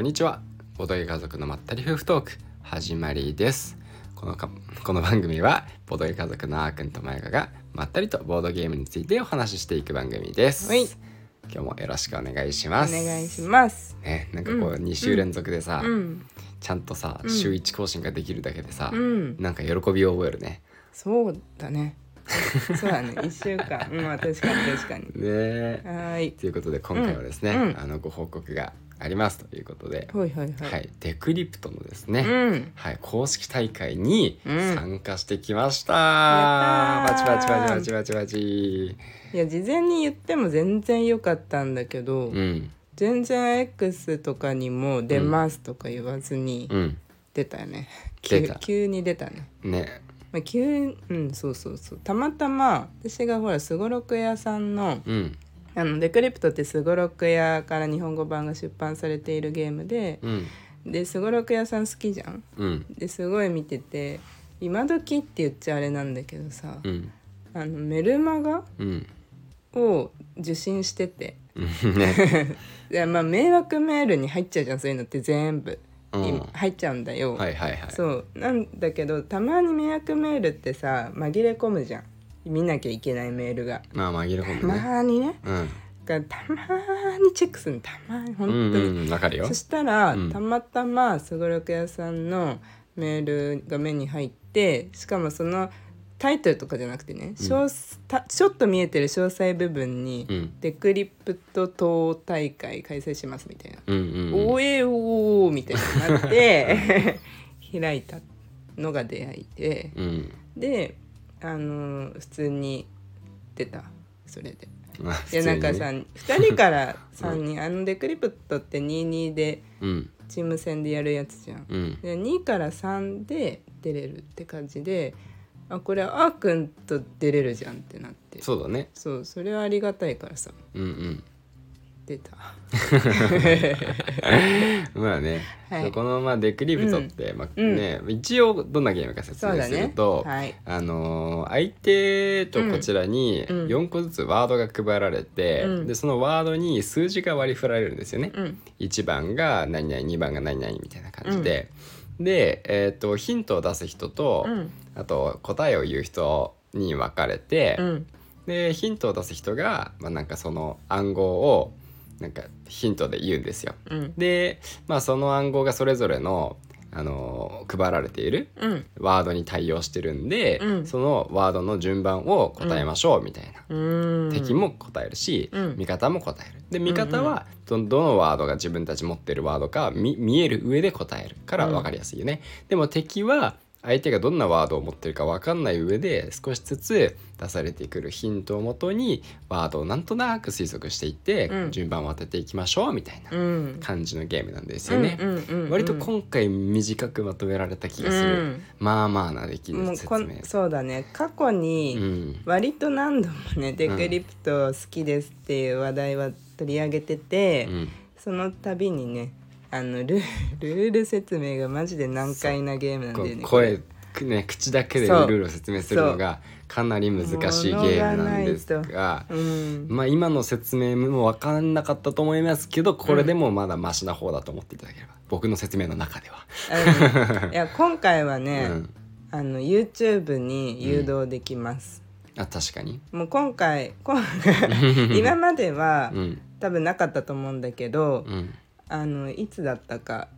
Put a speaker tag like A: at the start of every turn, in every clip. A: んにちはボドゲ家族のまったり夫婦トーク始まりですこのかこの番組はボドゲ家族のあーくんとまやかがまったりとボードゲームについてお話ししていく番組です、
B: はい
A: 今日もよろしくお願いし
B: お
A: ます
B: 願いします。
A: ね、なんかこう
B: うん
A: 2週連続でさ、
B: うん、
A: ちゃんとさ
B: うん
A: 週1更新ができるだけでさ、
B: うん、
A: なんか喜びを覚えるね
B: そうだね。そうだ ね、一週間、うん、確かに確かに。
A: ね
B: はーい。
A: ということで今回はですね、
B: うん
A: あのご報告がありますということで、
B: はいはい
A: はい
B: はい。
A: デクリプトのですね、
B: うん。
A: はい、公式大会に
B: うん
A: 参加してきました、
B: や
A: バ
B: っ
A: チ
B: たー
A: バチバチバチバチバチ
B: いや事前に言っても全然良かったんだけど、
A: うん
B: 全然 X とかにも出ますとか言わずに
A: うん
B: 出たよね。
A: 出
B: 急
A: た
B: 急に出たね。
A: ね
B: まあ、急うんそうそうそうたまたま私がほらすごろく屋さんの
A: うん
B: 「あのデクリプト」ってすごろく屋から日本語版が出版されているゲームで
A: うん
B: ですごろく屋さん好きじゃん
A: うん
B: ですごい見てて今時って言っちゃあれなんだけどさ、
A: うん
B: あのメルマガ
A: うん
B: を受信してて
A: うんね
B: いやまあ迷惑メールに入っちゃうじゃんそういうのって全部、
A: うん
B: 入っちゃうんだよ、
A: はいはいはい
B: そうなんだけどたまに迷惑メールってさ紛れ込むじゃん見なきゃいけないメールが。
A: まあ紛れ込
B: た
A: むね
B: まにね
A: うん
B: だからたまにチェックするのたまに本
A: う
B: 当に、
A: んうんわかるよ
B: そしたら、
A: うん
B: たまたますごろく屋さんのメールが目に入ってしかもそのタイトルとかじゃなくてね、詳たちょっと見えてる詳細部分に「
A: うん
B: デクリプト党大会開催します」みたいな
A: うん
B: 「
A: うんうん
B: おえおー」みたいになって 開いたのが出会いで
A: うん
B: であの普通に出たそれで。
A: まあ
B: いやなんか
A: 普通
B: さ
A: にね
B: 2人から3人、あのデクリプトって22で
A: うん
B: チーム戦でやるやつじゃん。
A: うん
B: で2から3で出れるって感じであこれあーくんと出れるじゃんってなって
A: そうだね
B: そうそれはありがたいからさ
A: うんうん
B: 出た。
A: まあね、
B: はい
A: このまあデクリプトって、まあ
B: うん
A: ね、一応どんなゲームか説
B: そう
A: 明
B: だ
A: する
B: ね。
A: と、
B: はい。
A: あのー相手とこちらに
B: うん
A: 4個ずつワードが配られて、
B: うん
A: でそのワードに数字が割り振られるんですよね。
B: うん
A: 1番が何々2番が何々みたいな感じで、で、えー、とヒントを出す人と、
B: うん
A: あと答えを言う人に分かれて、
B: うん
A: でヒントを出す人が、まあ、なんかその暗号をなんかヒントで言うんですよ。
B: うん
A: で、まあ、その暗号がそれぞれの、あのー配られている
B: うん
A: ワードに対応してるんで、
B: うん
A: そのワードの順番を答えましょうみたいな、
B: うん。
A: 敵も答えるし、
B: うん
A: 味方も答えるで味方はどどのワードが自分たち持ってるワードか見見える上で答えるから
B: うん
A: 分かりやすいよね、でも敵は相手がどんなワードを持ってるか分かんない上で少しずつ出されてくるヒントをもとにワードをなんとなく推測していって、
B: うん
A: 順番を当てていきましょうみたいな
B: うん。
A: 感じのゲームなんですよね。
B: うんうんうん
A: 割と今回短くまとめられた気がす
B: う
A: る。
B: ん
A: まあまあなできる
B: もう
A: 説
B: こ
A: 明。
B: んそうだね過去
A: う
B: に
A: ん。
B: 割と何度もね、デクリプト好きですっていう話題は取り上げてて、
A: うん。
B: その度にねあのルルー ル説明がマジで難解なゲームなん
A: こ
B: だ
A: う
B: よねこれ
A: 声くね口だけでル
B: そう
A: ールを説明するのがかなり難しいゲームなんです
B: 物
A: が。
B: うん
A: まあ今の説明も分かんなかったと思いますけどこれでもまだマシな方だと思っていただければ、僕の説明の中では、
B: あ のいや今回はね、
A: うん、
B: あの YouTube に誘導できます、
A: あ確かに
B: もう今回今 今までは、
A: うん
B: 多分なかったと思うんだけど、
A: うん
B: あのいつだったか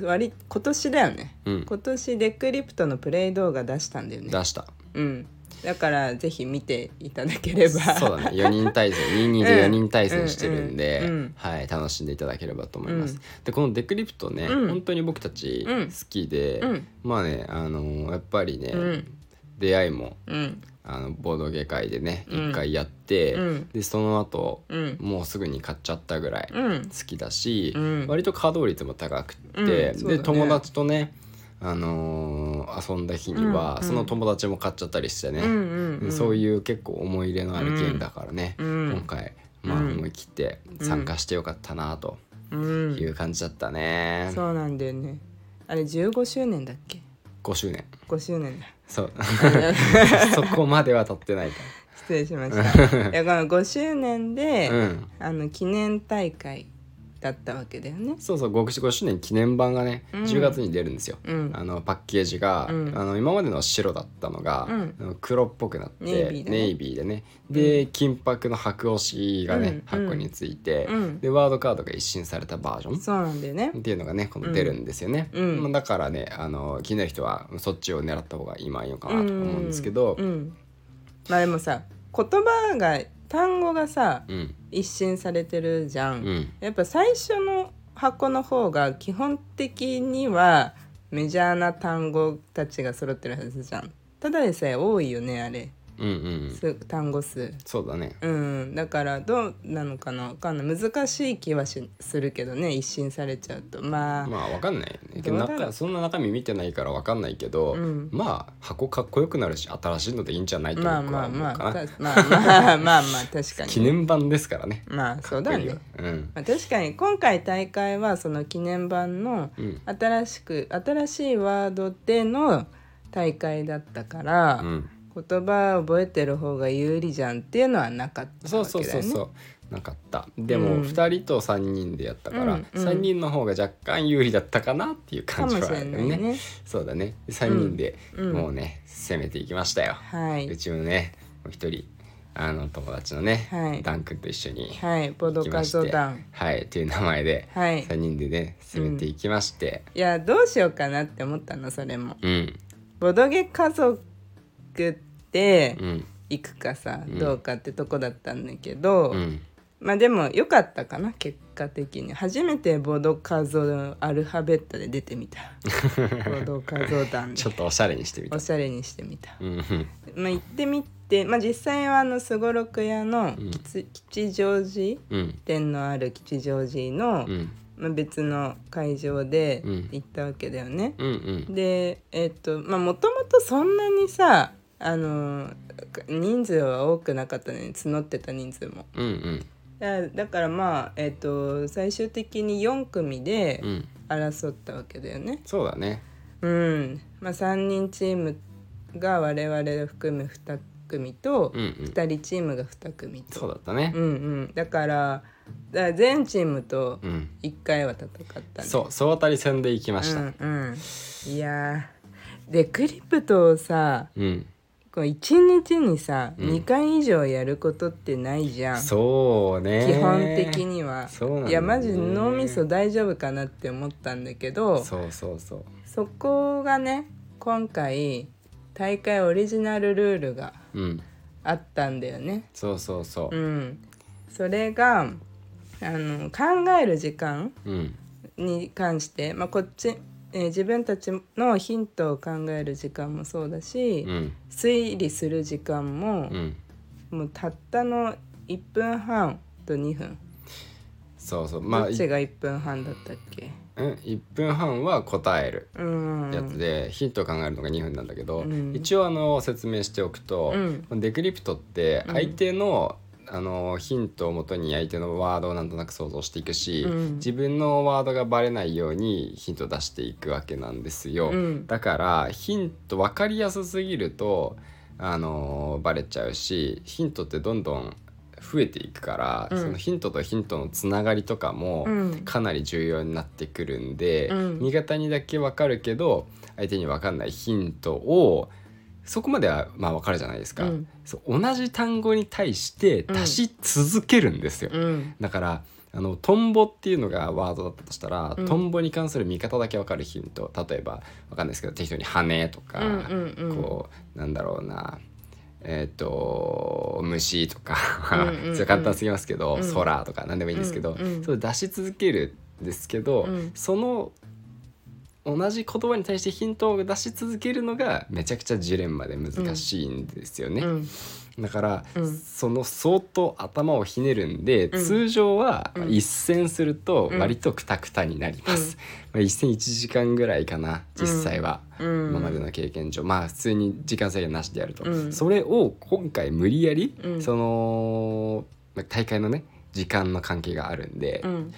B: 割今年だよね
A: うん
B: 今年デクリプトのプレイ動画出したんだよね
A: 出 した
B: うんだからぜひ見ていただければ
A: そうだね4人対戦22で4人対戦してるんで、
B: うんうんうん
A: はい、楽しんでいただければと思います、
B: うん
A: でこの「デクリプトね」
B: うん
A: 本当に僕たち
B: うん
A: 好きで、
B: うん
A: まあね、あのーやっぱりね、
B: うん
A: 出会いも
B: うん
A: あのボードゲ会でね
B: うん
A: 一回やって、
B: うん
A: でその後、
B: うん
A: もうすぐに買っちゃったぐらい
B: うん
A: 好きだし、
B: うん
A: 割と稼働率も高くって、
B: うんそう
A: で
B: だね
A: 友達とねあのー遊んだ日には、
B: うんうん
A: その友達も買っちゃったりしてね、
B: うんうんうん
A: そう
B: う
A: いう結構思い入れのあるゲームだからね、
B: うん
A: 今回、まあ、
B: うん
A: 思い切って参加してよかったなと
B: ん
A: いう感じだったね、
B: そうなんだよねあれ15周年だっけ
A: 5周年
B: 5周年だ
A: そう そこまでは経ってないか
B: 失礼しましたいやこの5周年で、
A: ら、うん、
B: あの記念大会だったわけだよね。
A: そうそう 5, 5周年記念版がね、
B: うん
A: 10月に出るんですよ、
B: うん
A: あのパッケージが、
B: うん
A: あの今までのは白だったのが、
B: うん
A: あの黒っぽくなって
B: ネイビーだね
A: でねで金箔の白押しがね、
B: うん
A: 箱について、
B: うん
A: でワードカードが一新されたバージョン
B: そうなんだよね
A: っ。ていうのがねこの出るんですよね、
B: うん
A: まあ、だからねあの気になる人はそっちを狙った方が今いいのかなと思うんですけど
B: うんうんまあでもさ言葉が単語がさ
A: うん
B: 一新されてるじゃん、
A: うん
B: やっぱ最初の箱の方が基本的にはメジャーな単語たちが揃ってるはずじゃんただでさえ多いよねあれ、
A: うんうん
B: す単語数
A: そうだね
B: うんだからどうなのかなわかんない難しい気はしするけどね一新されちゃうと まあ、
A: まあわかんないよねけ
B: ど
A: ど
B: うだろう
A: 中そんな中身見てないからわかんないけど、
B: うん
A: まあ箱かっこよくなるし新しいのでいいんじゃないと僕
B: ま
A: は
B: あ
A: 思うか
B: ま
A: な、
B: あまあたまあまあまあま あ確か
A: 記
B: に
A: 念版ですからね
B: まあそうだね
A: かっこいいようん
B: まあ、確かに今回大会はその記念版の
A: うん
B: 新しく新しいワードでの大会だったから、
A: うん
B: 言葉覚えてる方が有利じゃんっていうのはなかった
A: そう
B: わけだ
A: そう
B: よね。
A: そうそうなかったでも、
B: うん
A: 2人と3人でやったから、
B: うんうん
A: 3人の方が若干有利だったかなっていう
B: か
A: 感
B: も
A: じは
B: し
A: あ
B: れ
A: る
B: ないね。
A: そうだね3人で
B: うん
A: もうね、攻めていきましたよ、
B: は
A: う
B: い、
A: ちもねもう一人あの友達のね、
B: はい
A: ダン君と一緒に
B: はい、ボ
A: 行
B: ド
A: き
B: カ
A: まし
B: ゾ
A: て
B: ダン。
A: はいという名前で
B: はい
A: 3人でね攻めていきまして、
B: いやどうしようかなって思ったのそれも。
A: うん
B: ボドゲ家族って
A: うん
B: 行くかさ、
A: うん
B: どうかってとこだったんだけど、
A: うん
B: まあでも良かったかな結果的に初めてボドカゾのアルファベットで出 てみたボドカゾ団で
A: ちょっとおしゃれにしてみた
B: お。しゃれにしてみた、
A: うんうん
B: まあ、行ってみて、まあ、実際はあのすごろく屋の
A: ん
B: 吉吉祥寺
A: うん
B: 店のある吉祥寺の、
A: うん
B: まあ、別の会場で
A: うん
B: 行ったわけだよね、
A: うんうん
B: でえっ、とまあもともとそんなにさあの人数は多くなかったね募ってた人数も。
A: うんうん
B: だだからまあ、えっと最終的に4組で
A: うん
B: 争ったわけだよね。
A: そうだね
B: うんまあ、3人チームが我々を含む2組と、
A: うんうん
B: 2人チームが2組と
A: そうだったね
B: う、んうん、だからだから全チームと
A: うん
B: 1回は戦ったね。
A: そう総当たり戦で行きました、
B: んうん、いやーでクリプトをさ
A: うん、
B: こう1日にさ、
A: うん
B: 2回以上やることってないじゃん。
A: そうね
B: 基本的には、
A: そうなんだよね
B: いやマジ脳みそ大丈夫かなって思ったんだけどそ
A: そうそうそう
B: こがね今回大会オリジナルルールが
A: うん
B: あったんだよね。
A: そうそうそうう、
B: ん、それがあの考える時間
A: うん、
B: に関して、まあ、こっち、えー自分たちのヒントを考える時間もそうだし、
A: うん
B: 推理する時間も
A: う、ん
B: もうたったの1分半と2分。
A: そうそうまあ
B: どっ
A: い
B: ちが1分半だったっけ
A: うん1分半は答える
B: うん
A: やつで、ヒントを考えるのが2分なんだけど、
B: うん
A: 一応あの説明しておくと、デクリプトって相手の、あのヒントをもとに相手のワードをなんとなく想像していくし、
B: うん
A: 自分のワードがバレないようにヒントを出していくわけなんですよ、
B: うん
A: だからヒント分かりやすすぎるとあのバレちゃうしヒントってどんどん増えていくから、
B: うん
A: そのヒントとヒントのつながりとかも
B: うん
A: かなり重要になってくるんで、
B: うん
A: 味方にだけ分かるけど相手に分かんないヒントをそこまではまあ分かるじゃないですか、
B: うん
A: そう同じ単語に対して足し続けるんですよ、
B: うん
A: だからあのトンボっていうのがワードだったとしたら、
B: うん
A: トンボに関する見方だけ分かるヒント例えば分かんないですけど適当に「羽」とか、
B: うんうんうん
A: こうなんだろうなえっ、と虫とか
B: うんうんう ん
A: それ簡単すぎますけど、
B: うん
A: 空とか何でもいいんですけど、
B: うんうん
A: それを出し続けるんですけど、
B: うん
A: その同じ言葉に対してヒントを出し続けるのがめちゃくちゃジレンマで難しいんですよね。
B: うん
A: だから、
B: うん
A: その相当頭をひねるんで、
B: うん
A: 通常は
B: うん
A: 一戦すると
B: うん
A: 割とクタクタになります、まあ、一戦1時間ぐらいかな実際は、
B: うん
A: 今までの経験上まあ普通に時間制限なしでやると、
B: うん
A: それを今回無理やり、
B: うん
A: そのまあ大会のね時間の関係があるんで、
B: うん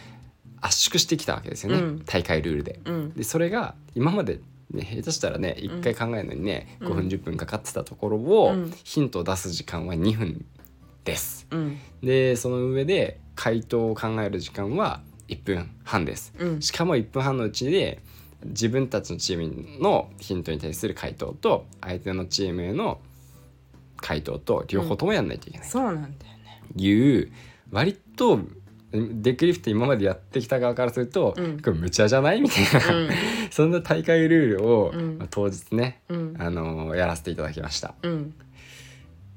A: 圧縮してきたわけですよね、
B: うん
A: 大会ルールで。
B: うん
A: でそれが今まで、ね、下手したらね一回考えるのにね、
B: うん
A: 5分10分かかってたところを、
B: うん
A: ヒントを出す時間は2分です。
B: うん
A: でその上で回答を考える時間は1分半です、
B: うん
A: しかも1分半のうちで自分たちのチームのヒントに対する回答と相手のチームへの回答と両方ともやんないといけない
B: そうなんだよね
A: いう割とデックリフト今までやってきた側からすると、
B: うん
A: これ無茶じゃないみたいな、 そんな大会ルールを、
B: うん
A: まあ当日ね、
B: うん
A: あのーやらせていただきました
B: うん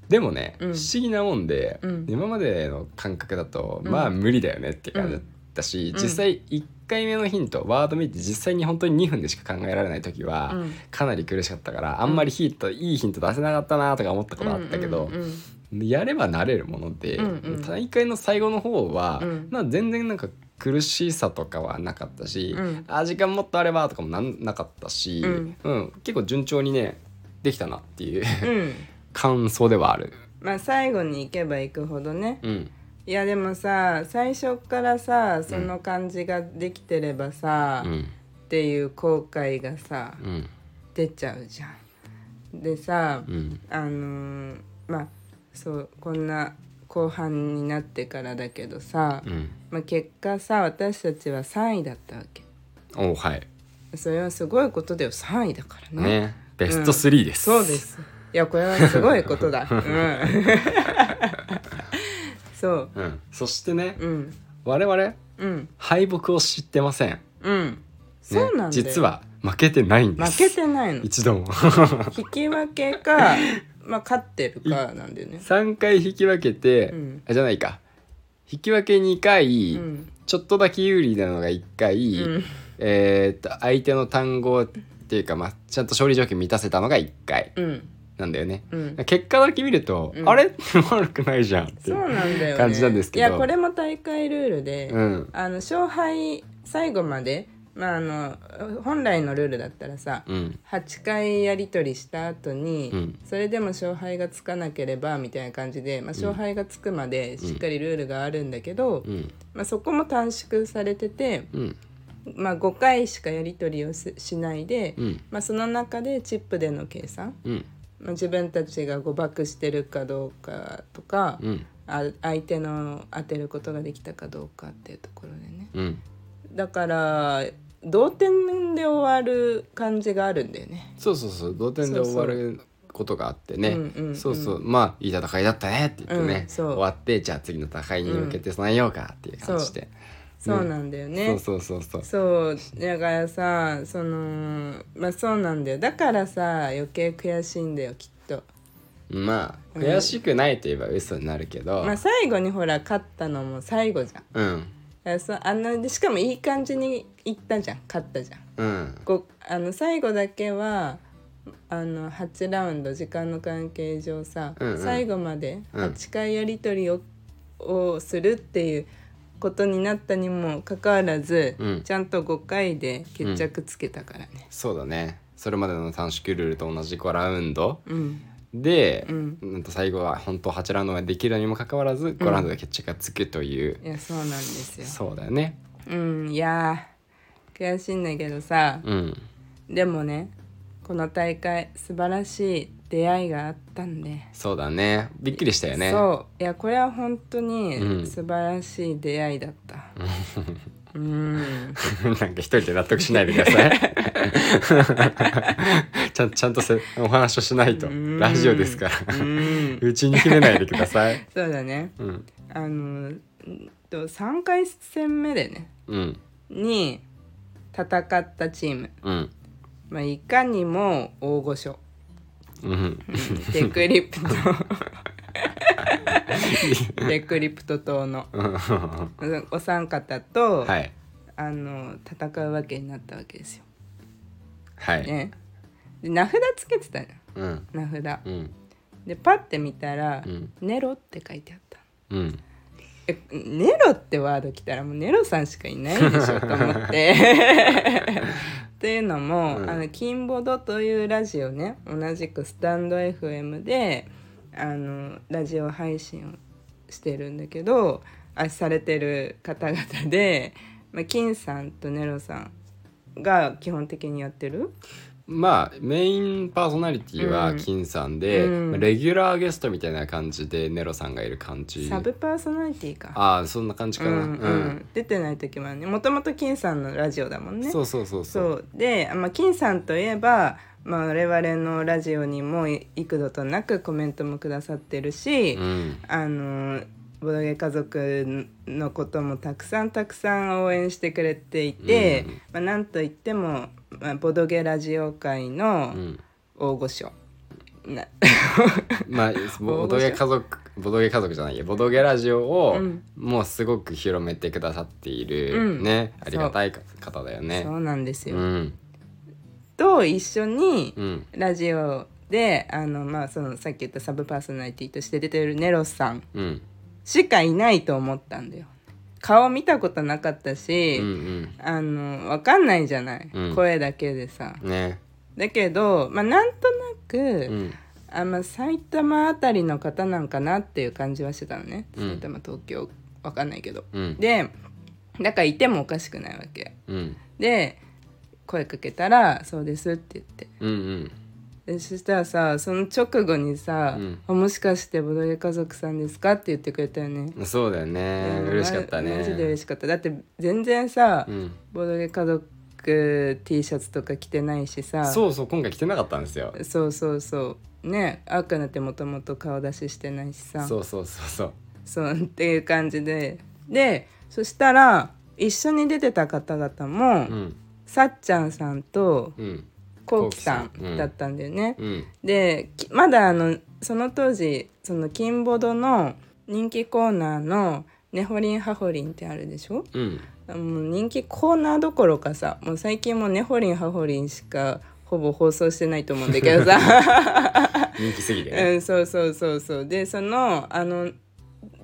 A: でもね、
B: うん
A: 不思議なもんで、
B: うん
A: 今までの感覚だと、
B: うん
A: まあ無理だよねって感じだったし、
B: うん
A: 実際1回目のヒントワード見って実際に本当に2分でしか考えられない時は、
B: うん
A: かなり苦しかったからあんまりヒント、いいヒント出せなかったなとか思ったことあったけど、
B: うんうん
A: やれば慣れるもので、
B: うんうん
A: 大会の最後の方は、
B: うん
A: まあ全然なんか苦しさとかはなかったし、
B: うん
A: あ時間もっとあればとかもなんなかったし、
B: うん
A: うん結構順調にねできたなっていう
B: うんうん
A: 感想ではある。
B: まあ最後に行けば行くほどね
A: うん
B: いやでもさ最初からさその感じができてればさ、
A: う
B: っ
A: ん
B: ていう後悔がさ
A: うん
B: 出ちゃうじゃん。でさ、
A: うん
B: あのーまあそうこんな後半になってからだけどさ、
A: うん
B: まあ、結果さ私たちは3位だったわけ
A: おはい
B: それはすごいことだよ3位だからね
A: ねベスト3です、
B: そうですいやこれはすごいこ とだうん そう
A: うん、そしてね、
B: うん
A: 我々
B: うん
A: 敗北を知ってません、ね、
B: うんそうなんだよ、
A: 実は負けてないんで
B: 負
A: す
B: けてない の
A: 一度も
B: 引き分けか まあ勝ってるかなんだよね
A: 3回引き分けて、
B: うん
A: あじゃないか引き分け2回、
B: うん
A: ちょっとだけ有利なのが1回、
B: うん
A: えーっと相手の単語っていうか、まあ、ちゃんと勝利条件満たせたのが1回
B: うん
A: なんだよね、
B: うん
A: 結果だけ見ると、
B: うん
A: あれ 悪くないじゃんって
B: そうなんだよね
A: 感じなんですけど
B: いやこれも大会ルールで、
A: うん
B: あの勝敗最後まで、まあ、あの本来のルールだったらさ、
A: うん
B: 8回やり取りした後に、
A: うん
B: それでも勝敗がつかなければみたいな感じで、まあ、勝敗がつくまでしっかりルールがあるんだけど、
A: うん
B: まあ、そこも短縮されてて、
A: うん
B: まあ、5回しかやり取りをすしないで、
A: うん
B: まあ、その中でチップでの計算、
A: うん
B: まあ、自分たちが誤爆してるかどうかとか、
A: うん
B: あ相手の当てることができたかどうかっていうところでね
A: うん
B: だから同点で終わる感じがあるんだよね
A: そうそうそう同点で終わることがあってね
B: そうそううんうんうん
A: そうそうまあいい戦いだったねって言ってね、
B: う
A: 終
B: んそう
A: わってじゃあ次の戦いに向けて備えようかっていう感じで、
B: そうなんだよね、
A: そうそうそうそう
B: そうだからさそのまあそうなんだよだからさ余計悔しいんだよきっと
A: まあ悔しくないといえば嘘になるけど、
B: まあ最後にほら勝ったのも最後じゃん
A: うん
B: だからそうあのでしかもいい感じにいったじゃん勝ったじゃ
A: う
B: ん
A: ん
B: こうあの最後だけはあの8ラウンド時間の関係上さ、
A: うんうん
B: 最後まで
A: うん
B: 8回やり取りを,、をするっていうことになったにもかかわらず、
A: うん
B: ちゃんと5回で決着つけたからね。
A: そうだねそれまでの短縮ルールと同じ5ラウンド
B: うん
A: で、
B: うん
A: なんと最後は本当8ラウンドまでできるにもかかわらず5ラウンドで決着がつくという、
B: いやそうなんですよ。
A: そうだよね
B: うんいやー悔しいんだけどさ、
A: うん
B: でもねこの大会素晴らしい出会いがあったんで。
A: そうだねびっくりしたよね
B: そういやこれは本当
A: うん
B: に素晴らしい出会いだった。 うん
A: なんか一人で納得しないでくださ いちゃんちゃんとせお話をしないと
B: うん
A: ラジオですから
B: うん
A: うちに決めないでくださ い
B: そうだね。
A: うん
B: あのうんと三回戦目でね
A: うん
B: に戦ったチーム、
A: うん
B: まあいかにも大 御所、
A: うん
B: デクリプト、デクリプト島の
A: うん
B: お三方と、
A: はい
B: あの戦うわけになったわけですよ。
A: はい、
B: ね。で名札つけてたの
A: うん
B: 名札。
A: うん
B: でパッて見たら
A: うん
B: 「ネロ」って書いてあった
A: うん
B: えネロってワード来たらもうネロさんしかいないでしょと思っ てっていうのも、
A: うん
B: あのキンボドというラジオね同じくスタンド FM であのラジオ配信をしてるんだけどあされてる方々で、まあ、金さんとネロさんが基本的にやってる
A: まあメインパーソナリティは
B: うん
A: 金さんで、
B: うん
A: まあレギュラーゲストみたいな感じでネロさんがいる感じ
B: サブパーソナリティか
A: ああそんな感じかな、
B: うんうん出てない時もあるねもともと金さんのラジオだもん
A: うん
B: ね
A: そうそうそうそ
B: そううで、まあ、金さんといえば、まあ、我々のラジオにもい幾度となくコメントもくださってるし、
A: うん
B: あのボドゲ家族のこともたくさんたくさん応援してくれていて、
A: うん
B: まあ、なんといっても、まあ、ボドゲラジオ界の
A: うん
B: 大御所、な
A: まあボボドゲ家族ボドゲ家族じゃないやボドゲラジオを
B: うん
A: もうすごく広めてくださっている、
B: うん
A: ねありがたい方だよね
B: そうなんですよ。
A: うん
B: と一緒に
A: うん
B: ラジオであの、まあ、そのさっき言ったサブパーソナリティとして出てるネロさん
A: うん
B: しかいないと思ったんだよ。顔見たことなかったし、
A: うんうん
B: あのわかんないじゃない、
A: うん
B: 声だけでさ。
A: ね
B: だけど、まあ、なんとなく、
A: うん
B: あまあ、埼玉あたりの方なんかなっていう感じはしてたのね、
A: うん
B: 埼玉東京わかんないけど。
A: うん
B: でだからいてもおかしくないわけ。
A: うん
B: で声かけたら「そうです」って言って。
A: うんうん
B: でそしたらさその直後にさ、
A: うん
B: あもしかしてボドゲ家族さんですか?」って言ってくれたよね。
A: そうだよね
B: うん
A: 嬉しかったね
B: マジで嬉しかっただって全然さ、
A: うん
B: ボドゲ家族 T シャツとか着てないしさ
A: そうそう今回来てなかったんですよ
B: そうそうそうねあーくんだってもともと顔出ししてないしさ
A: そうそうそうそう
B: そうっていう感じででそしたら一緒に出てた方々も、
A: うん
B: さっちゃんさんと
A: うん
B: こうき
A: こ
B: さ
A: うきさんうん
B: んだったんだよね。
A: うん
B: できまだあのその当時その金ボドの人気コーナーの「ねほりんはほりん」ってあるでしょ
A: うん
B: もう人気コーナーどころかさもう最近もう「ねほりんはほりん」しかほぼ放送してないと思うんだけどさ。
A: 人気すぎてね
B: うん、そうそうそうそうでそのあの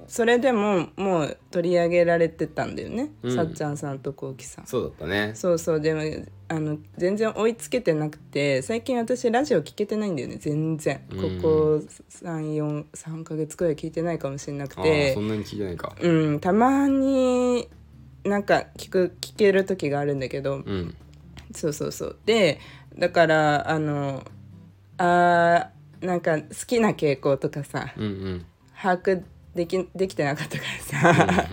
B: それでももう取り上げられてたんだよね、
A: うん
B: さっちゃんさんとこうきさん
A: そうだったね
B: そうそうでもあの全然追いつけてなくて最近私ラジオ聞けてないんだよね全然こ
A: うん
B: こ343ヶ月くらい聞いてないかもしれなく
A: あ
B: て
A: ーそんなに聞いてないか
B: うんたまになんか聞く聞ける時があるんだけど、
A: うん
B: そうそうそうでだからあのあーなんか好きな傾向とかさ
A: うんうん
B: 把握できできてなかったからさ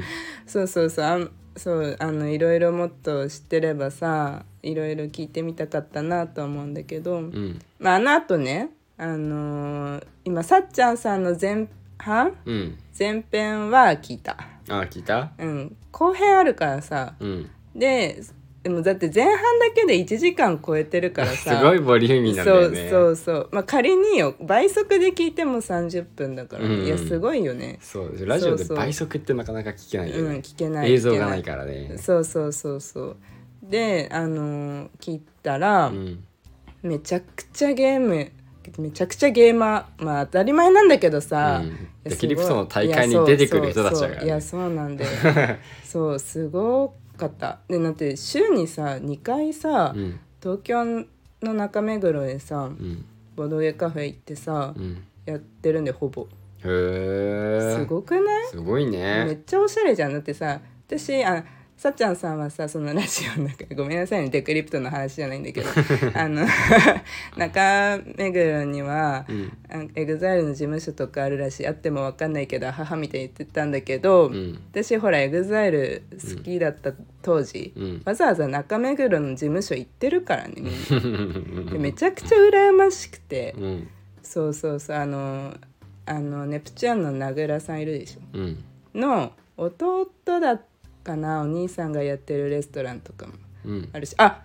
B: そうそうそうあんそうあのいろいろもっと知ってればさいろいろ聞いてみたかったなとは思うんだけど、
A: うん
B: まあ、あのあとね、あのー今さっちゃんさんの前半
A: うん
B: 前編は聞いた、
A: あー聞いた
B: うん、後編あるからさ
A: うん
B: ででもだって前半だけで1時間超えてるから
A: す
B: さ
A: ごいボリューミーなんだよね
B: そうそうそうまあ仮によ倍速で聞いても30分だから、
A: うん
B: いやすごいよね、
A: そうラジオで
B: そうそう
A: 倍速ってなかなか聞け
B: う
A: ないよ
B: ん、
A: ね
B: 聞けない
A: 映像がない
B: 聞
A: から
B: け
A: ね
B: そうそうそうそうであのー聞いたら、
A: うん
B: めちゃくちゃゲームめちゃくちゃゲーマーまあ当たり前なんだけどさ、
A: うん
B: いや
A: デキ
B: すご
A: リ
B: い
A: プトの大会に出てくる人たちだからね
B: いやそうそうそういやそうなんだよ そうすごかったでだって週にさ2回さ、
A: うん
B: 東京の中目黒で
A: う
B: さ
A: ん
B: ボドゲカフェ行ってさ、
A: うん
B: やってるんでほぼ
A: へえ
B: すごくない
A: すごい
B: め
A: ね
B: っちゃおしゃれじゃんだってさ私あさっちゃんさんはさそのラジオの中 ごめんなさいねデクリプトの話じゃないん だけどあの 中目黒には、
A: うん
B: あエグザイルの事務所とかあるらしいあってもわかんないけど母みたいに言ってたんだけど、
A: うん
B: 私ほらエグザイル好きだった当時、
A: うん
B: わざわざ中目黒の事務所行ってるからねみんな
A: うんうん
B: でめちゃくちゃ羨ましくて、
A: うん
B: そうそうそうあのあのネプチューンの名倉さんいるでしょ
A: うん
B: の弟だかなお兄さんがやってるレストランとかも
A: うん
B: あるしあ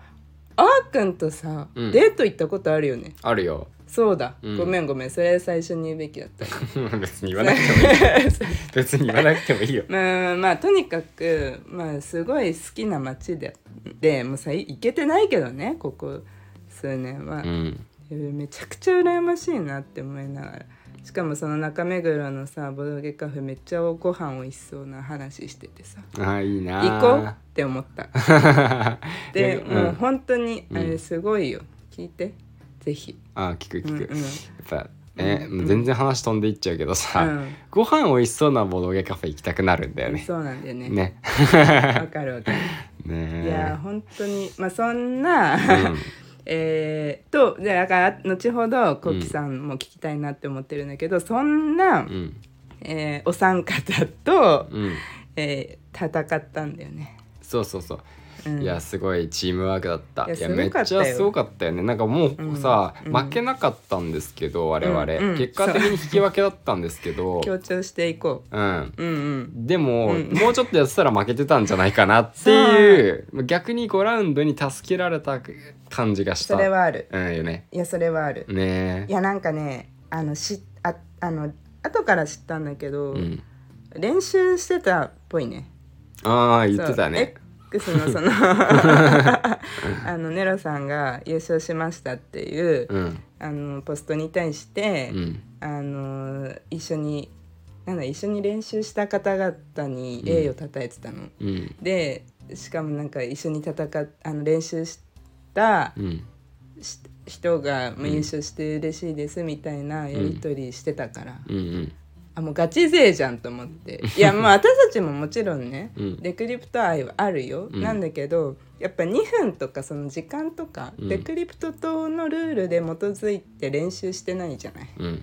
B: あーくんとさ、
A: うん
B: デート行ったことあるよね
A: あるよ
B: そうだ、
A: うん
B: ごめんごめんそれ最初に言うべきだった
A: 別に言わなくてもいい 別に言わなくてもいいよ
B: まあまあとにかく、まあ、すごい好きな街ででもうさ行けてないけどねここ数年は
A: う、ん
B: えーめちゃくちゃ羨ましいなって思いながらしかもその中目黒のさボドゲカフェめっちゃご飯美味しそうな話しててさ
A: あーいいな
B: 行こうって思 った
A: ー
B: で、
A: うん
B: もう本当に
A: うん
B: あれすごいよ、聞いてぜひ
A: あー聞く聞く、
B: うんうん
A: やっぱね、もう全然話飛んでいっちゃうけどさ、
B: うん
A: ご飯美味しそうなボドゲカフェ行きたくなるんだよね
B: そうなんだよね
A: ね
B: わかるわかる、
A: ね
B: いや
A: え
B: 本当にまあそんな、
A: うん
B: えーとじゃあだから後ほどこうきさんも聞きたいなって思ってるんだけど、そん
A: う、
B: な
A: ん
B: えーお三方と、
A: うん
B: えー戦ったんだよね。
A: そうそうそう
B: うん、
A: いやすごいチームワークだった
B: いや
A: いや
B: す
A: め
B: ご
A: っ
B: かった
A: ち
B: よ
A: ゃすごかったよねなんかもうさ、
B: うん
A: 負けなかったんですけど我々、
B: うんうん
A: 結果的に引き分けだったんですけど
B: 強調していこ
A: うん
B: う。うんうん。
A: でも、
B: うん
A: もうちょっとやってたら負けてたんじゃないかなっていう逆に5ラウンドに助けられた感じがした
B: それはある。
A: うんよね
B: いやそれはある。
A: ね
B: いやなんかねあのしああの後から知ったんだけど、
A: うん、
B: 練習してたっぽいね。
A: ああ言ってたね
B: そう。X のそのあのネロさんが優勝しましたっていう、
A: うん
B: あのポストに対して、
A: うん
B: あの一緒になんだ一緒に練習した方々に栄誉をたたえてたの。
A: うん
B: でしかもなんか一緒に戦っあの練習した
A: うん
B: し人がまあ優勝して嬉しいですみたいなやり取りしてたから、
A: うんうん
B: あもうガチ勢じゃんと思っていやまあ私たちももちろんね、
A: うん
B: デクリプト愛はあるよ、
A: うん
B: なんだけどやっぱ2分とかその時間とか、
A: うん
B: デクリプト党のルールで基づいて練習してないじゃない
A: うん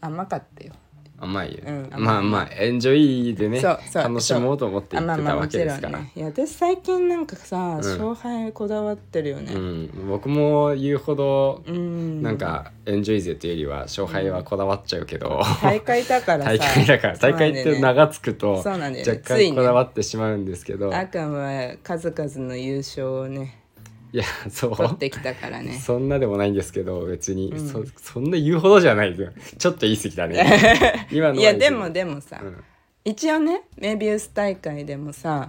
B: 甘かったよ
A: 甘いよ、
B: うん甘い
A: まあまあエンジョイでね
B: そうそう
A: 楽しもうと思って
B: あ
A: 行
B: ま
A: っ
B: あ
A: て
B: ま
A: た
B: あ
A: わ
B: も
A: け
B: ち
A: で
B: ろ
A: す
B: ん
A: から、
B: ねいや私最近なんかさ、
A: ん
B: 勝敗こだわってるよね
A: うん、僕も言うほど
B: うん
A: なんかエンジョイ勢というよりは勝敗はこだわっちゃうけど、
B: 大会だからさ
A: 大会だから
B: そ
A: 大
B: うなん
A: 会
B: だ
A: っ
B: よね
A: て名がつくと
B: そ
A: 若
B: うなんだよねつい
A: 干
B: ね
A: こだわってしまうんですけど、
B: あーくんは数々の優勝をね
A: いやそう
B: 取ってきたからね
A: そんなでもないんですけど別に、
B: うん
A: そそんな言うほどじゃないですよちょっと言い過ぎだ ね今のはい
B: やでもでもさ、
A: うん
B: 一応ねメビウス大会でもさ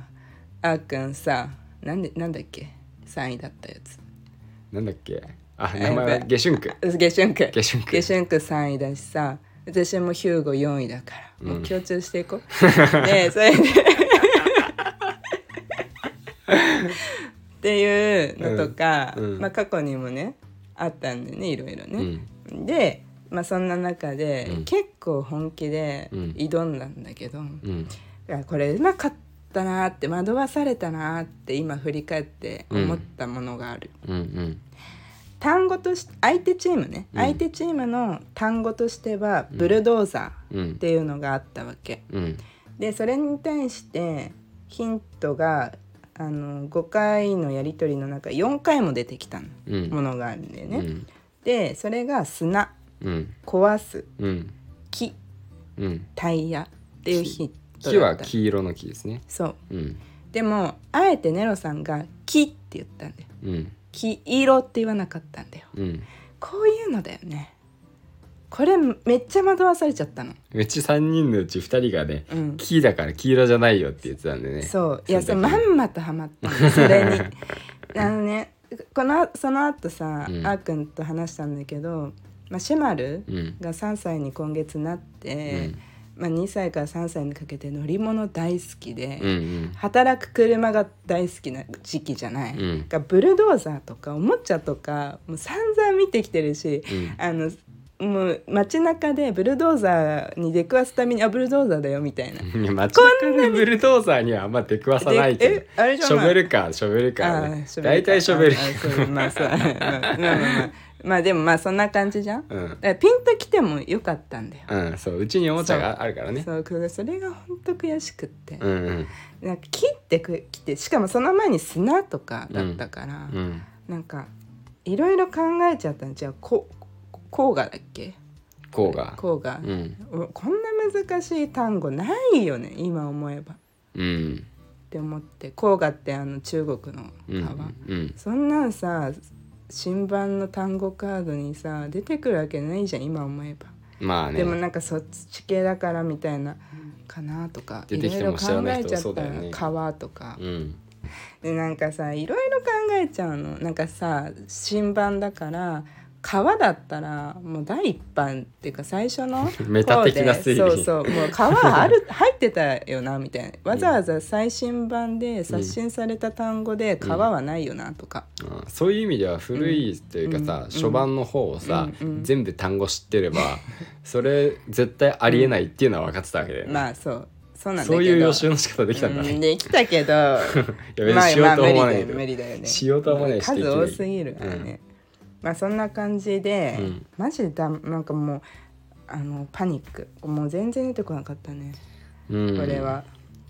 B: あーくんさなんでなんだっけ3位だったやつ
A: なんだっけあ
B: え
A: 名前は
B: べ
A: 下春区
B: 下旬区
A: 下春区
B: 下旬区3位だしさ私もヒューゴ4位だからもう共通していこう、 でそれでっていうのとか、
A: うんうん
B: まあ、過去にもねあったんでねいろいろ
A: う
B: ね、
A: ん
B: で、まあ、そんな中で、
A: うん
B: 結構本気で
A: うん
B: 挑んだんだけど、い
A: うん
B: やこれうまかったなーって惑わされたなーって今振り返って思ったものがある、
A: うんうん
B: 単語として相手チームね、
A: うん
B: 相手チームの単語としてはブルドーザ
A: う
B: ーっ
A: ん
B: ていうのがあったわけ、
A: うん
B: でそれに対してヒントがあの5回のやり取りの中4回も出てきたの
A: うん
B: ものがあるんだよね、
A: うん
B: でそれが砂
A: うん
B: 壊す
A: うん
B: 木
A: うん
B: タイヤっていうヒント
A: 木
B: だ
A: は
B: った
A: 黄色の木ですね
B: そう
A: うん
B: でもあえてネロさんが「木」って言ったんだよ
A: うん
B: 「黄色」って言わなかったんだよ
A: うん
B: こういうのだよねこれめっちゃ惑わされちゃったの、
A: うち3人のうち2人がね
B: うん、
A: 木だから黄色じゃないよって言ってたんでね
B: そういや
A: そ
B: そうう
A: だ
B: ま
A: ね
B: んまとハマっ たのそれにあのねこのその後さ、
A: うん
B: あーくんと話したんだけど、まあ、シュマル
A: うん
B: が3歳に今月なっ
A: う
B: て
A: ん、
B: まあ、2歳から3歳にかけて乗り物大好きで、
A: うんうん
B: 働く車が大好きな時期じゃな
A: う
B: い、
A: ん
B: だからブルドーザーとかおもちゃとかもう散々見てきてるし、
A: うん
B: あのもう街中でブルドーザーに出くわすためにあブルドーザーだよみたいな。
A: いや街中でブルドーザーにはあんま出くわさないけど
B: でえあれじゃ
A: シ
B: ない
A: ョベルカーショベルカーね
B: あショベ
A: 大
B: ルカー
A: 体ショベルカ
B: あ
A: ー
B: そうまあそうまあまあまあまあまあでもまあそんな感じじゃん、だ
A: うん
B: からピンときてもよかったんだよ、
A: うんそううちにおもちゃがあるからね
B: そうこれそれが本当悔しくって、
A: うんうん
B: なんか切ってく来てしかもその前に砂とかだったから、
A: うん
B: なんかいろいろ考えちゃったんじゃあここうがだっけ
A: こうが
B: こうが、
A: うん
B: おこんな難しい単語ないよね今思えばっ
A: うん
B: て思って黄河ってあの中国の
A: うん
B: 川、
A: うん
B: そんなんさ新版の単語カードにさ出てくるわけないじゃん今思えば、
A: まあね
B: でもなんかそっち系だからみたいなかなとか
A: 出
B: い
A: て
B: ろ
A: き
B: い
A: て
B: ろ
A: も
B: 考
A: 知らない
B: え
A: 人
B: ちゃっ
A: 多そう
B: た
A: だよ
B: ら
A: ね
B: 川とか
A: うん
B: でなんかさいろいろ考えちゃうのなんかさ新版だから川だったらもう第一版っていうか最初の
A: メタ的な推理
B: 方でそうそうもう川ある 入ってたよなみたいなわざわざ最新版で刷新された単語で川はないよなとか、
A: うんそういう意味では古いというかさ、
B: うん
A: 初版の方をさ、
B: うんうん
A: 全部単語知ってれ ばそれ絶対ありえないっていうのは分かってたわけだよね、
B: まあそうそうなんだけど
A: そういう予習の仕方できたんだ
B: う
A: ね、
B: んできたけ
A: い
B: ど
A: や別にしようとは思わないけ
B: まあまあ無理だよ無理だよね
A: しようとは思わないし
B: 数
A: できない
B: 多すぎるからね、まあそんな感じで、
A: うん
B: マジでだなんかもうあのパニックもう全然出てこなかったね
A: うん
B: これは。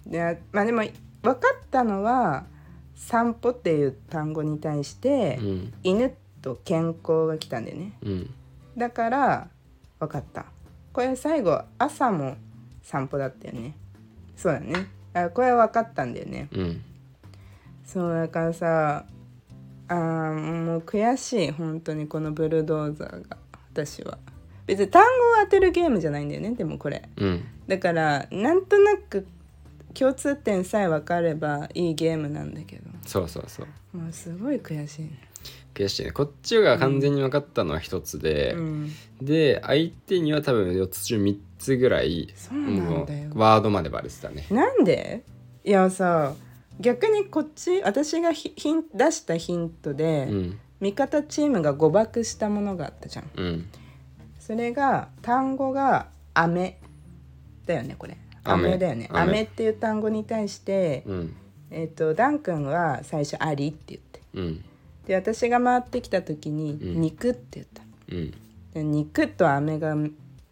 B: でまあでも分かったのは「散歩」っていう単語に対して
A: う
B: 「
A: ん
B: 犬」と「健康」が来たんだよね。
A: うん
B: だから分かったこれ最後朝も散歩だったよねそうだねあこれは分かったんだよね
A: うん
B: そうだからさあーもう悔しい本当にこのブルドーザーが私は別に単語を当てるゲームじゃないんだよねでもこれ
A: うん
B: だからなんとなく共通点さえ分かればいいゲームなんだけど
A: そうそうそう
B: もうすごい悔しいね
A: 悔しいねこっちが完全に分かったのは一つで、
B: うん
A: で相手には多分4つ中3つぐらい
B: そうなんだよ
A: もうワードまでバレてたね
B: なんでいやさ逆にこっち私がヒヒン出したヒントで、
A: うん
B: 味方チームが誤爆したものがあったじゃん
A: うん
B: それが単語が「飴」だよねこれ「
A: 飴
B: 飴」だよね「
A: 飴
B: 飴」っていう単語に対して、
A: うん
B: えっとダン君は最初「アリ」って言って
A: うん
B: で私が回ってきた時に「
A: うん
B: 肉」って言った、
A: うん
B: で肉と飴が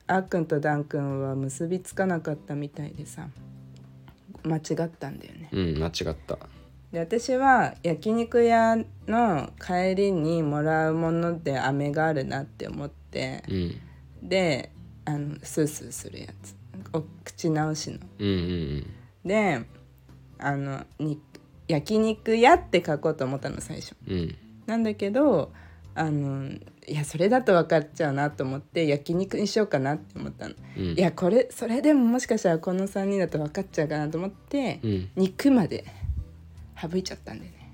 B: あっくんとダン君は結びつかなかったみたいでさ間違ったんだよね
A: うん間違った
B: で私は焼肉屋の帰りにもらうもので飴があるなって思って
A: うん
B: であのスースーするやつお口直しの
A: うんうん
B: であのに焼肉屋って書こうと思ったの最初
A: うんうん
B: なんだけどあのいやそれだと分かっちゃうなと思って焼肉にしようかなって思ったの、
A: うん
B: いやこれそれでももしかしたらこの3人だと分かっちゃうかなと思って、
A: うん
B: 肉まで省いちゃったんだよね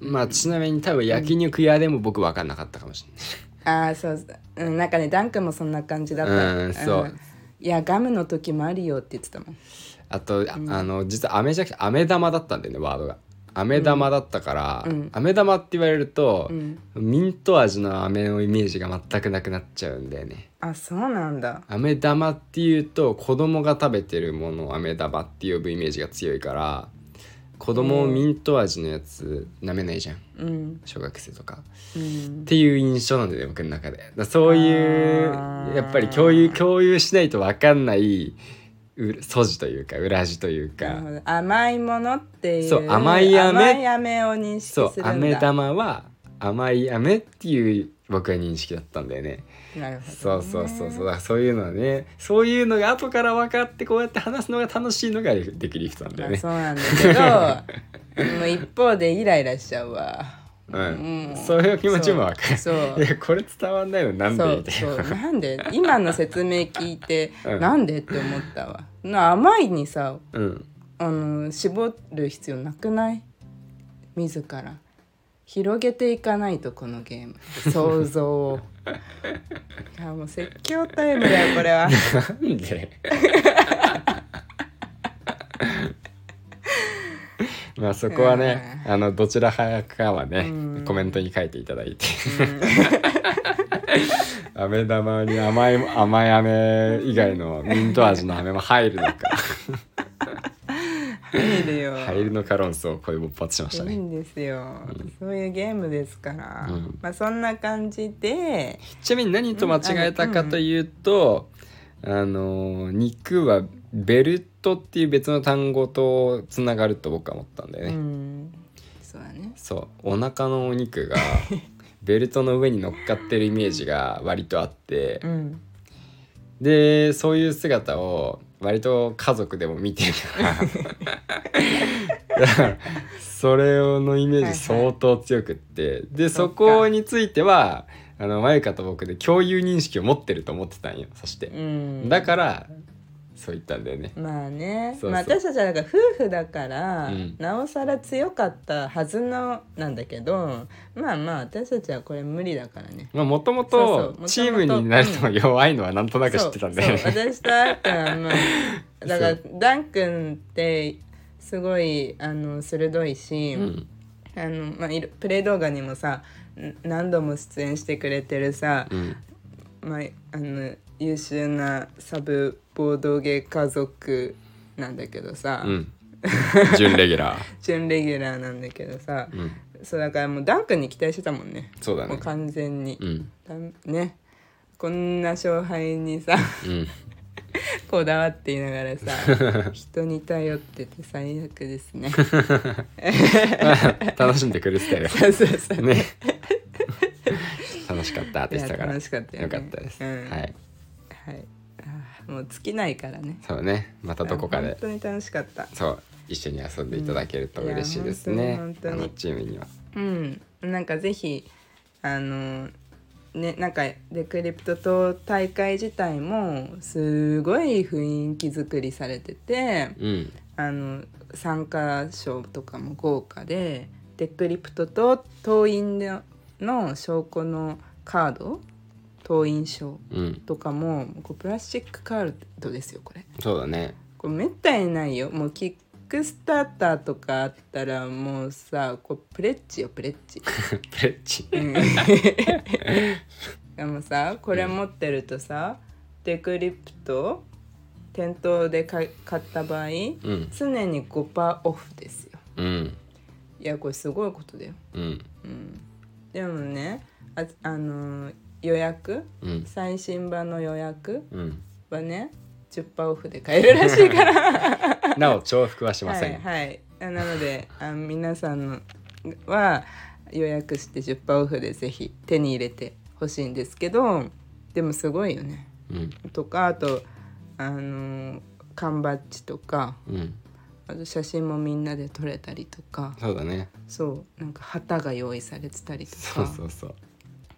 A: まあちなみに多分焼肉屋でも僕分かんなかったかもし
B: ああそう、うん、なんかねダン君もそんな感じだった、
A: うんそう
B: いやガムの時もあるよって言ってたもん
A: れないあとあ,、の実は飴じゃなくて飴玉だったんだよねワードが飴玉だったから、
B: うん
A: 飴玉って言われると、
B: ん
A: ミント味の飴のイメージが全くなくなっちゃうんだよね
B: あそうなんだ
A: 飴玉っていうと子供が食べてるものを飴玉って呼ぶイメージが強いから子供をミント味のやつ舐めないじゃん
B: うん
A: 小学生とか
B: う
A: っ
B: ん
A: ていう印象なんだよね僕の中でだからそういう
B: あー
A: やっぱり共有共有しないと分かんないう素地というか裏地という
B: なる
A: か
B: ほど甘いものっていう
A: そう甘い飴
B: 甘い飴を認識する
A: そ
B: ん
A: う
B: だ
A: 飴玉は甘い飴っていう僕は認識だったんだよね
B: なるほどね、
A: そうそうそうそうだからそういうのはねそういうのが後から分かってこうやって話すのが楽しいのができる人なんだよ
B: まあ
A: ね
B: そうなんだけど でも一方でイライラしちゃうわ
A: うんそういう気持ちもわかる
B: そうそう
A: いやこれ伝わんないのなん
B: そ
A: で
B: う
A: みたい
B: そ
A: な
B: うなんで今の説明聞いて、
A: うん
B: なんでって思ったわな甘いにさ
A: うん
B: あの絞る必要なくない自ら広げていかないとこのゲーム想像 をいやもう説教タイムだよこれは
A: なんでまあそこはね、あのどちら派かはね、コメントに書いていただいて飴玉に甘い甘い飴以外のミント味の飴も入るのか
B: いいでよ、
A: 入るのか論争をこれ勃発しました
B: い
A: ね
B: いんですよ、そういうゲームですから、
A: うん
B: まあそんな感じで
A: ちなみに何と間違えたかというと、あの肉はベルトっていう別の単語とつながると僕は思ったんだよね、
B: うんそうだね
A: そうお腹のお肉 がベルトの上に乗っかってるイメージが割とあって、
B: うん
A: でそういう姿を割と家族でも見 てるからそれのイメージ相当強くって、で
B: そ
A: そ
B: っか
A: こについてはあのマユカと僕で共有認識を持ってると思ってたんよそして、
B: うん
A: だからそう言ったんだよね
B: まあね
A: そうそう
B: まあ、私たちはだから夫婦だから、
A: うん
B: なおさら強かったはずのなんだけどまあまあ私たちはこれ無理だからね。
A: まあもとも
B: そう
A: と
B: そう
A: チームになるの弱いのはなんとなく知ってたんだよね
B: そうそう私とあーくんはもうだか ら
A: そ
B: ダン君ってすごいあの鋭いし、
A: うん
B: あのまあ、いろプレイ動画にもさん何度も出演してくれてるさ、
A: うん
B: まあ、あの優秀なサブボードゲー家族なんだけどさ、
A: うん。準レギュラー。
B: 準レギュラーなんだけどさ、
A: うん。
B: そうだからもうダン君に期待してたもんね
A: そうだ
B: もう
A: ね
B: 完全に
A: う、ん
B: だんねこんな勝敗にさ
A: うん
B: こだわっていながらさ 人に頼ってて最悪ですねそ
A: 楽しんでくれてた よ
B: うそうそう
A: ね楽しかったでしたか
B: いや
A: ら
B: 楽しかったよね
A: かったです、
B: うん
A: はい
B: はいあーもう尽きないからね
A: そうねまたどこか
B: あ
A: で
B: 本当に楽しかった
A: そう一緒に遊んでいただけると嬉しいです
B: いや
A: ね、
B: 本当
A: あ
B: に
A: のチームには
B: うんなんかぜひあのねなんかでクリプトと大会自体もすごい雰囲気作りされてて
A: うん
B: あの参加賞とかも豪華でデクリプトと党員のの証拠のカード党員証
A: うん
B: とかもこうプラスチックカードですよこれ
A: そうだね
B: これめったにないよもうキックスターターとかあったらもうさこうプレッチよプレッチ
A: プレッチ
B: でもさこれ持ってるとさ、デクリプト店頭で買い買った場
A: う
B: 合
A: ん
B: 常に5%オフですよ
A: うん
B: いやこれすごいことだよ、
A: うん
B: うん、でもねああのー予約
A: うん
B: 最新版の予約
A: うん
B: はね10%オフで買えるらしいから
A: なお重複はしま
B: は
A: せん
B: い、はいあなのであ皆さんのは予約して10%オフでぜひ手に入れてほしいんですけどでもすごいよね
A: うん
B: とかあとあのー缶バッジとか
A: うん
B: あと写真もみんなで撮れたりとか
A: そうだね
B: そうなんか旗が用意されてたりとか
A: そうそうそう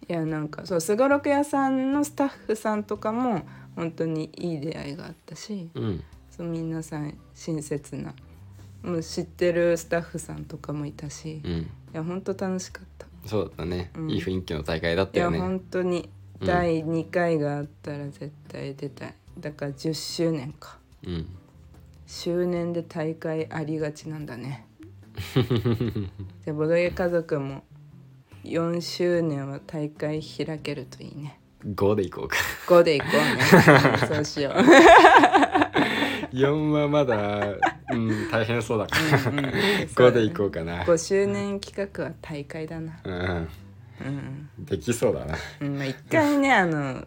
B: いやなんかそうすごろく屋さんのスタッフさんとかも本当にいい出会いがあったし
A: うん
B: そう皆さん親切なもう知ってるスタッフさんとかもいたし、
A: う
B: い
A: ん
B: や本当楽しかった。
A: そうだね、
B: うん
A: いい雰囲気の大会だっ
B: い
A: た
B: や
A: よね
B: 本当に
A: うん
B: 第2回があったら絶対出たい、だから10周年か
A: うん
B: 周年で大会ありがちなん だねじゃあボドゲ家族も4周年は大会開けるといいね
A: 5でいこ うか
B: 5で行こ うねそうしよう
A: 4はまだ、うん、大変そうだから
B: 5
A: 5でいこうかな
B: 5周年企画は大会だな
A: うん
B: うん、
A: できそうだな
B: うんまあ、一回ねあの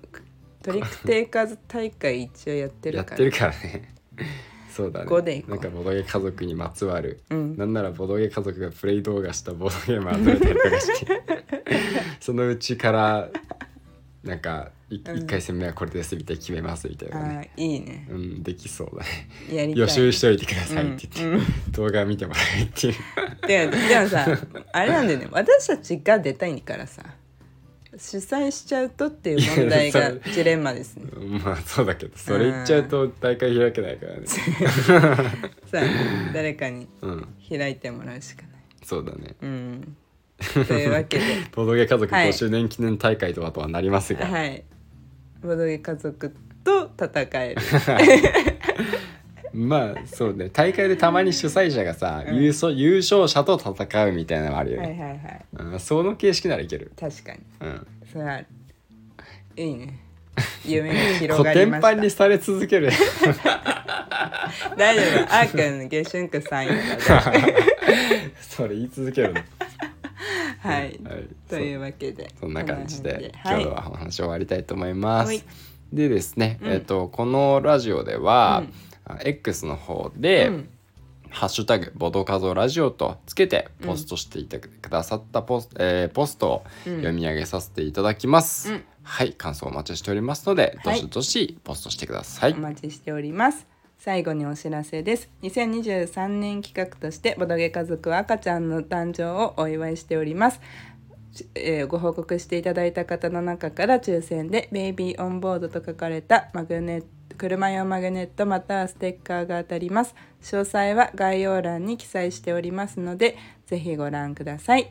B: トリックテイカーズ大会一応やって
A: や
B: る
A: っ
B: から
A: てるからね そうだね
B: 五でいこう
A: なんかボドゲ家族にまつわる、
B: うん
A: なんならボドゲ家族がプレイ動画したボドゲーマー集めたりとかして そのうちからなんか 1,
B: うん
A: 回戦目はこれですみたいな決めますみたいな
B: あ
A: ね
B: ーいいね
A: うん、できそうだね
B: やりたい
A: 予習しておいてくださいって言
B: う
A: っ
B: ん
A: て、動画見てもらえるっていう
B: ででもさあれなんだよね私たちが出たいからさ主催しちゃうとっていう問題
A: いや
B: が
A: そ
B: ジレンマですね
A: まあそうだけどそれ言っちゃうと大会開けないから ね
B: さあ誰かに
A: うん
B: 開いてもらうしかない
A: そうだね
B: うんという わけで
A: ボドゲ家族
B: はい
A: 5周年記念大会とはとはなりますが、
B: はいボドゲ家族と戦える
A: まあそうね大会でたまに主催者がさ、
B: うん
A: 優勝優勝者と戦うみたいなのあるよ
B: は
A: ね、
B: いはいはい
A: うん、その形式ならいける、
B: 確かに
A: うん、
B: それはいいね夢が広
A: コ
B: が
A: テ
B: り
A: ン
B: ま
A: パンに
B: し
A: され続ける
B: た大丈夫あーくん下旬くさんやから
A: それ言い続けるの
B: はい
A: はい
B: というわけで
A: そんな感じで
B: こんな
A: 今日
B: 感じではい
A: はお話終わりたいと思います。
B: はい
A: でですね、
B: うん
A: えっとこのラジオでは、あ X の方で、
B: うん
A: ハッシュタグボドカゾラジオとつけてポストしていたくださったポス,、えーポストを
B: うん
A: 読み上げさせていただきます、
B: うん
A: はい感想お待ちしておりますので、
B: は
A: ど
B: い
A: しどしポストしてください
B: お待ちしております最後にお知らせです2023年企画としてボドゲ家族は赤ちゃんの誕生をお祝いしておりますしえーご報告していただいた方の中から抽選で「ベイビーオンボード」と書かれたマグネ車用マグネットまたはステッカーが当たります詳細は概要欄に記載しておりますのでぜひご覧ください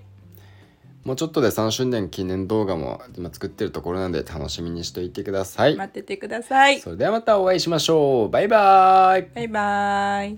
A: もうちょっとで3周年記念動画も今作ってるところなので楽しみにしておいてください、
B: 待っててください
A: それではまたお会いしましょうバイバイ
B: バイバイ